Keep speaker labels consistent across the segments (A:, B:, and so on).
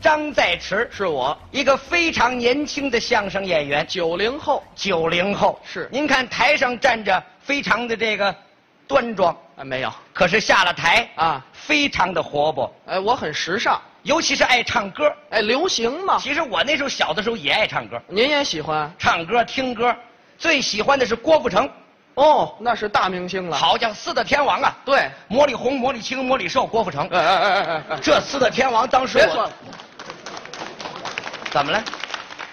A: 张在池
B: 是我
A: 一个非常年轻的相声演员，
B: 九零后
A: 九零后
B: 是
A: 您看台上站着非常的这个端庄，
B: 啊，没有
A: 可是下了台
B: 啊，
A: 非常的活泼，
B: 哎，我很时尚，
A: 尤其是爱唱歌。
B: 哎，流行嘛，
A: 其实我那时候小的时候也爱唱歌，
B: 您也喜欢？
A: 唱歌听歌，最喜欢的是郭富城，
B: 哦，那是大明星了。，
A: 好像四大天王啊，
B: 对，
A: 魔力红、魔力青、魔力寿、郭富城，
B: 哎哎哎哎哎，
A: 这四大天王当时
B: 别错
A: 我
B: 了，
A: 怎么了？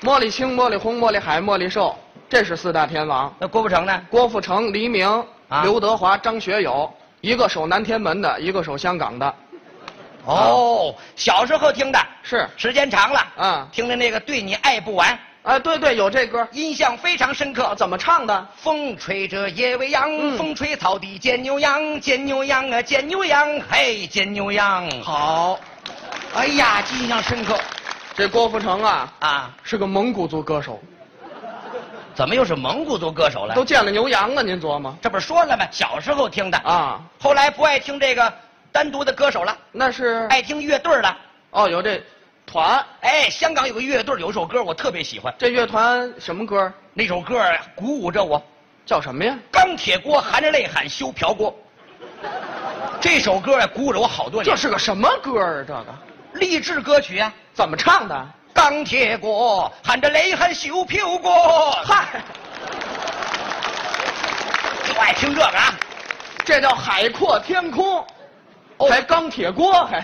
B: 茉莉青、茉莉红、茉莉海、茉莉寿，这是四大天王。
A: 那郭富城呢？
B: 郭富城、黎明、
A: 啊
B: 刘德华、张学友，一个守南天门的，一个守香港的，
A: 哦，小时候听的，
B: 是，
A: 时间长了，
B: 啊，
A: 听着那个对你爱不完，
B: 哎，对对，有这歌，
A: 印象非常深刻。
B: 怎么唱的？
A: 风吹着夜未央，
B: 嗯
A: 风吹草低见牛羊，见牛羊啊，见牛羊，嘿，见牛羊。
B: 好，
A: 哎呀，印象深刻
B: 这郭富城啊，
A: 啊！
B: 是个蒙古族歌手，
A: 怎么又是蒙古族歌手了
B: 都？见了牛羊了，啊您琢磨
A: 这不是说了吗？小时候听的，
B: 啊？
A: 后来不爱听这个单独的歌手了，
B: 那是
A: 爱听乐队了。
B: 哦，有这团，
A: 哎，香港有个乐队，有首歌我特别喜欢，
B: 这乐团什么歌？
A: 那首歌啊鼓舞着我。
B: 叫什么呀？
A: 钢铁锅含着泪喊修瓢锅，这首歌啊鼓舞着我好多年
B: 这。是个什么歌啊？这个
A: 励志歌曲啊，
B: 怎么唱的？
A: 钢铁锅含着泪喊修瓢锅，
B: 嗨，
A: 就爱听这个啊。
B: 这叫海阔天空，
A: 哦
B: 还钢铁锅还，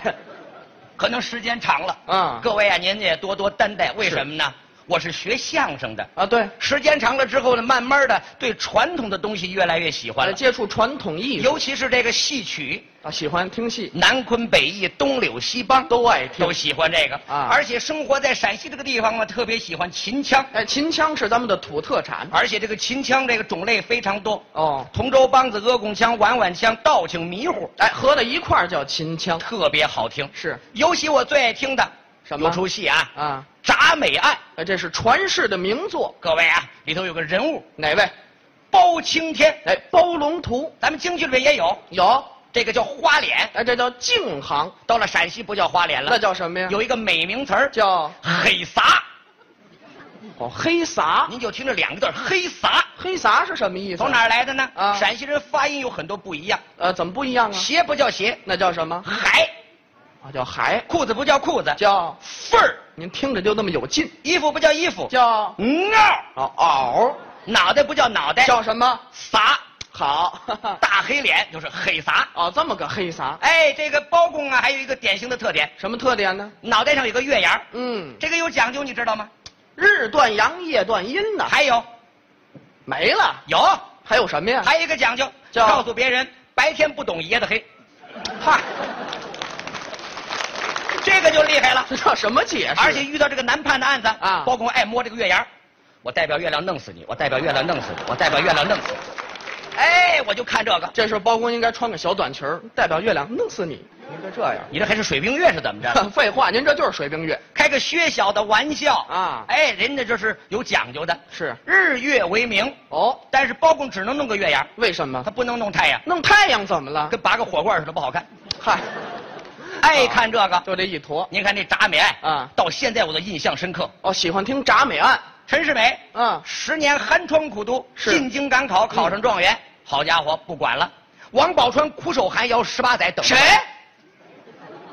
A: 可能时间长了，
B: 啊
A: 各位啊，您也多多担待。为什么呢？我是学相声的，
B: 啊对，
A: 时间长了之后呢，慢慢的对传统的东西越来越喜欢
B: 呃
A: 了，
B: 接触传统艺术
A: 尤其是这个戏曲，
B: 啊，喜欢听戏，
A: 南昆北弋、东柳西梆
B: 都爱听
A: 都。喜欢这个
B: 啊
A: 而且生活在陕西这个地方呢，特别喜欢秦腔。
B: 哎，秦腔是咱们的土特产。
A: 而且这个秦腔这个种类非常多，
B: 哦，
A: 同州梆子、阿贡腔、碗碗腔、道情、迷糊，
B: 哎，合到一块儿叫秦腔。
A: 特别好听。
B: 是
A: 尤其我最爱听的
B: 什么
A: 有出戏啊，
B: 啊，
A: 《铡美案》。
B: 哎，这是传世的名作。
A: 各位啊，里头有个人物
B: 哪位？
A: 包青天，
B: 哎，包龙图
A: 咱们京剧里面也有，
B: 有。
A: 这个叫花脸。
B: 哎，这叫净行，
A: 到了陕西不叫花脸
B: 那
A: 了，
B: 叫什么呀？
A: 有一个美名词儿叫
B: 叫
A: 黑撒，
B: 哦黑撒。
A: 您就听这两个字儿黑撒，
B: 黑撒是什么意思？
A: 从哪？儿来的呢？
B: 啊
A: 陕西人发音有很多不一样，
B: 呃，怎么不一样啊？
A: 鞋不叫鞋，
B: 那叫什么？
A: 海；
B: 啊，叫海，
A: 裤子不叫裤子，
B: 叫
A: 份儿；
B: 您听着就那么有劲，
A: 衣服不叫衣服，
B: 叫
A: 袄，
B: 哦袄，
A: 脑袋不叫脑袋，
B: 叫什么？
A: 撒，
B: 好，哈哈
A: 大黑脸就是黑撒。
B: 哦，这么个黑撒，
A: 哎，这个包公啊，还有一个典型的特点，
B: 什么特点呢？
A: 脑袋上有个月牙儿，
B: 嗯，
A: 这个有讲究，你知道吗？
B: 日断阳，夜断阴呐，
A: 还有
B: 没了，
A: 有，
B: 还有什么呀？
A: 还有一个讲究，
B: 叫
A: 告诉别人白天不懂爷的黑，
B: 嗨，
A: 这个就厉害了。
B: 这叫什么解释？
A: 而且遇到这个难判的案子
B: 啊
A: 包公爱摸这个月牙儿我代表月亮弄死你，我代表月亮弄死你，我代表月亮弄死你。哎，我就看这个，
B: 这时候包公应该穿个小短裙儿代表月亮弄死你。您这这样，
A: 你这还是水冰月是怎么着？
B: 废话，您这就是水冰月
A: 开个薛小的玩笑
B: 啊
A: 哎，人家这是有讲究的，
B: 是
A: 日月为明，
B: 哦？
A: 但是包公只能弄个月牙，
B: 为什么
A: 他？不能弄太阳，
B: 弄太阳怎么了？
A: 跟拔个火罐似的不好看。
B: 嗨，
A: 爱看这个，
B: 就这一坨
A: 您看这铡美案
B: 啊
A: 到现在我都印象深刻。
B: 哦，喜欢听铡美案，
A: 陈世美
B: 嗯，
A: 十年寒窗苦读，
B: 是嗯
A: 进京赶考，考上状元，好家伙，不管了。王宝钏苦守寒窑十八载，等着
B: 谁？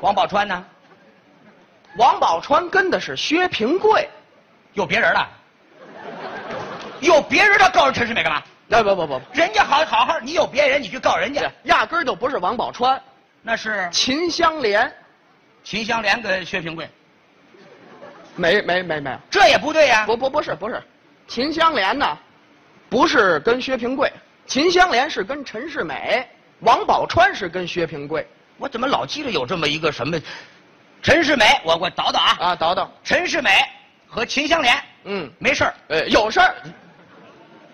A: 王宝钏呢？
B: 王宝钏跟的是薛平贵。
A: 有别人了？有别人了，告诉陈世美干嘛？
B: 哎，不不不不，
A: 人家好好好，你有别人，你去告人家
B: 这。压根儿就不是王宝钏，
A: 那是
B: 秦香莲，
A: 秦香莲跟薛平贵，
B: 没没没没有，
A: 这也不对呀、
B: 不不不是不是，秦香莲呢，不是跟薛平贵，秦香莲是跟陈世美，王宝钏是跟薛平贵
A: 我怎么老记得有这么一个什么？陈世美，我我倒倒啊，
B: 啊，倒倒，
A: 陈世美和秦香莲
B: 嗯，
A: 没事儿，
B: 呃，有事儿，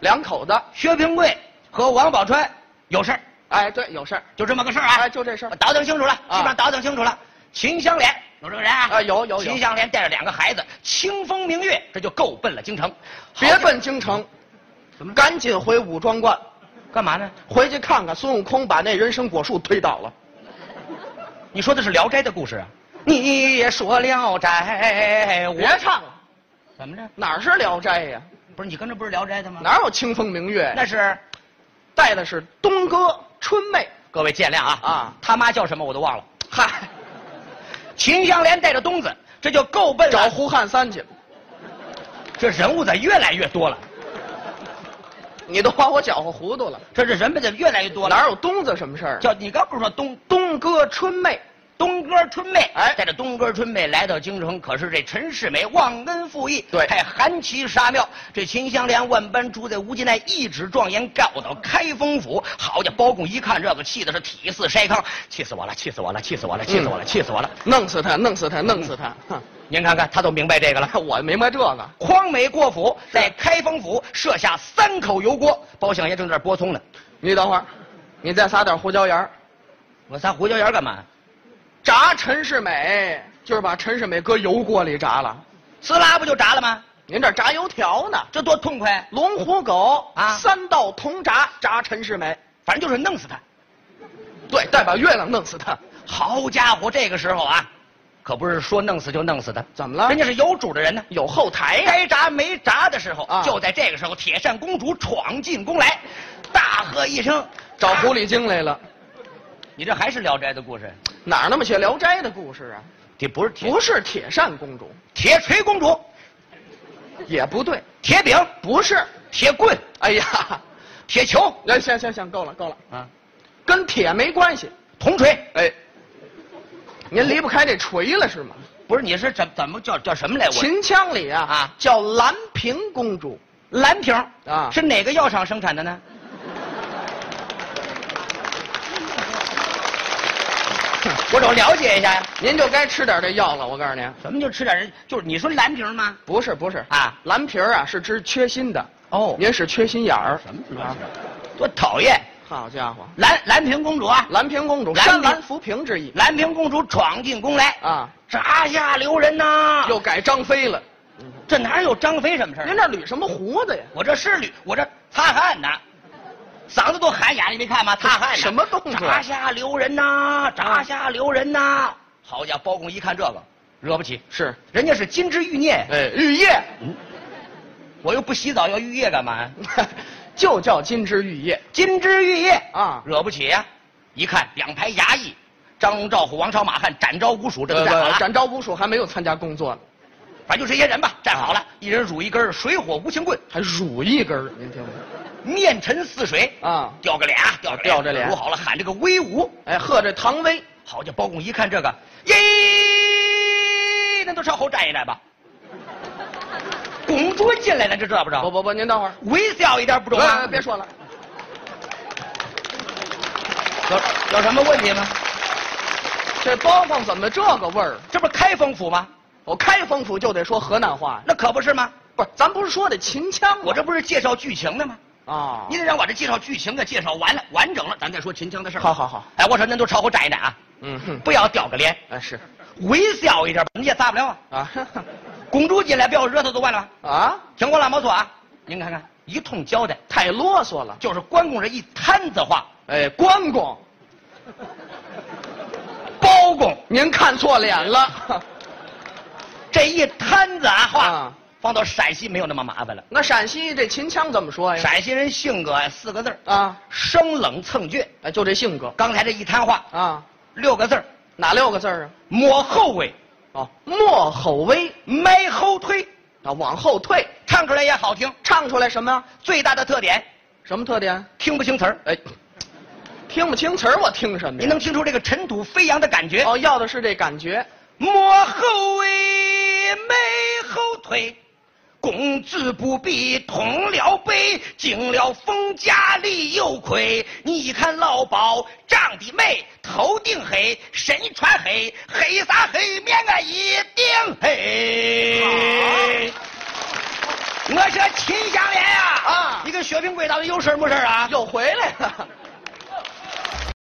B: 两口子，
A: 薛平贵和王宝钏有事儿，
B: 哎，对，有事儿，
A: 就这么个事儿啊。
B: 哎，就这事
A: 我
B: 儿，
A: 倒腾清楚了，基
B: 啊
A: 本上倒腾清楚了。秦香莲有这个人啊？
B: 啊有有有
A: 秦香莲带着两个孩子，清风明月，这就够奔了京城。
B: 别
A: 好，
B: 奔京城，赶紧回武装观，
A: 干嘛呢？
B: 回去看看孙悟空把那人参果树推倒了，
A: 你说的是《聊斋》的故事啊？你也说《聊斋》，我
B: 别唱了，
A: 怎么着？
B: 哪儿是《聊斋》呀？
A: 不是你跟着不是《聊斋》的吗？
B: 哪有清风明月呀？
A: 那是，
B: 带的是东哥春妹。
A: 各位见谅啊
B: 啊
A: 他妈叫什么我都忘了。
B: 嗨，
A: 秦香莲带着东子，这就够笨
B: 找
A: 了。
B: 胡汉三去了，
A: 这人物咋越来越多了？
B: 你都把我搅和糊涂了。
A: 这这人们怎么越来越多了？
B: 哪有东子什么事儿啊？
A: 叫你刚不是说东
B: 东哥春妹，
A: 东哥春妹，
B: 哎
A: 带着东哥春妹来到京城，可是这陈世美忘恩负义，
B: 对
A: 还韩琦杀庙，这秦香莲万般住在无忌奈，一纸状言告到开封府。好家伙，包公一看这个，气的是体似筛糠，气死我了，气死我了，气死
B: 嗯
A: 我了，气死我了，气死我了！
B: 弄死他，弄死他，弄死 他！哼，
A: 您看看，他都明白这个了。
B: 我明白这个。
A: 匡美过府，在开封府设下三口油锅，包相爷正在这儿拨葱呢。
B: 你等会儿，你再撒点胡椒盐儿
A: 我撒胡椒盐干嘛？
B: 炸陈世美，就是把陈世美搁油锅里炸了。
A: 撕拉不就炸了吗？
B: 您这炸油条呢？
A: 这多痛快！
B: 龙虎狗
A: 啊
B: 三道同炸炸陈世美，
A: 反正就是弄死他。
B: 对，再把月亮弄死他。
A: 好家伙，这个时候啊，可不是说弄死就弄死的，
B: 怎么了
A: 人家是有主的人呢。
B: 有后台呀、
A: 啊该炸没炸的时候，
B: 啊
A: 就在这个时候，铁扇公主闯进宫来，大喝一声：“
B: 找狐
A: 狸
B: 狸精来了，！”
A: 你这还是《聊斋》的故事？
B: 哪儿那么些《聊斋》的故事啊？
A: 这不是铁
B: 不是铁扇公主，
A: 铁锤公主、
B: 也不对，
A: 铁饼、
B: 不是。
A: 铁棍、
B: 哎呀，
A: 铁球
B: 来，行行行，够了够了，
A: 啊，
B: 跟铁没关系。
A: 铜锤。
B: 哎，您离不开这锤了是吗？
A: 不是，你是怎怎么叫叫什么来？我
B: 秦腔里啊
A: 啊
B: 叫兰亭公主，
A: 蓝瓶
B: 啊
A: 是哪个药厂生产的 呢？我得了解一下呀。
B: 您就该吃点这药了。我告诉您，
A: 什么就吃点人？就是你说蓝瓶吗？
B: 不是不是
A: 啊
B: 蓝皮儿啊是治缺心的，
A: 哦
B: 您是缺心眼儿。啊
A: 什么乱七八糟？多讨厌！
B: 好家伙，
A: 蓝蓝瓶公主啊，
B: 兰平公主
A: 兰
B: 山
A: 亭
B: 兰浮萍之意
A: 蓝瓶公主闯进宫来，
B: 啊，
A: 闸下留人呐！
B: 又改张飞了。
A: 这哪有张飞什么事
B: 您
A: 儿？啊
B: 这捋什么胡子呀？
A: 我这是吕，我这擦汗呢，嗓子都喊哑，你没看吗？擦汗呢
B: 什么动作
A: 闸下留人呐！闸下留人呐！好家伙，包公一看这个，惹不起，
B: 是，
A: 人家是金枝玉孽，
B: 哎，玉液，
A: 我又不洗澡要玉液干嘛呀？
B: 就叫金枝玉叶
A: 金枝玉叶
B: 啊。
A: 惹不起呀、一看两排衙役，张龙赵虎王朝马汉展昭吴蜀，这都站好
B: 呃
A: 了，
B: 展昭吴蜀还没有参加工作呢，
A: 反正就这些人吧，
B: 啊
A: 站好了，一人拄一根水火无情棍，
B: 还乳一根儿，您听没？
A: 面沉似水，
B: 啊，
A: 吊个俩，吊个
B: 吊着俩
A: 数好了，喊这个威武。
B: 哎，喝这唐威，
A: 好家伙，包公一看这个，耶，那都朝后站一站吧。拱桌进来了，这知道不知
B: 不
A: 道？
B: 不不，您等会儿，
A: 微笑一点啊不中啊
B: 哎
A: 吗？
B: 别说了，
A: 有有什么问题吗？
B: 这包袱怎么这个味儿？
A: 这不是开封府吗？
B: 我开封府就得说河南话呀，
A: 那可不是吗？
B: 不是，咱不是说的秦腔吗？
A: 我这不是介绍剧情的吗？
B: 啊，
A: 你得让我这介绍剧情的介绍完了完整了，咱再说秦腔的事儿。
B: 好好好，
A: 哎，我说您都朝后站一站啊，
B: 嗯哼，
A: 不要掉个脸，
B: 哎是
A: 微笑一点吧，你也撒不了啊。
B: 啊哈哈
A: 拱猪进来，不要惹他就完了吧。
B: 啊，
A: 听我拉毛错啊，您看看一通交代，
B: 太啰嗦了。
A: 就是关公这一摊子话，
B: 哎，关公，
A: 包公
B: 您看错脸了。
A: 这一摊子啊话，
B: 啊
A: 放到陕西没有那么麻烦了。
B: 那陕西这秦腔怎么说呀？
A: 陕西人性格啊四个字儿，
B: 啊，
A: 生冷蹭倔。
B: 哎，就这性格
A: 刚才这一摊话
B: 啊，
A: 六个字儿，
B: 哪六个字儿啊？
A: 抹后尾，
B: 哦，莫吼威
A: 迈后推，
B: 啊，往后退，
A: 唱出来也好听。
B: 唱出来什么呀？
A: 最大的特点
B: 什么特点？
A: 听不清词儿。
B: 哎，听不清词儿，我听什么
A: 您
B: 呀？
A: 能听出这个尘土飞扬的感觉？
B: 哦，要的是这感觉。
A: 莫后畏，没后退，公子不必同僚悲，进了封家里又亏。你看老鸨长得美，头顶黑，身穿黑，黑啥黑面俺一定黑。我说秦香莲呀，
B: 啊
A: 你跟薛平贵到底有事儿没事儿啊？
B: 又回来了，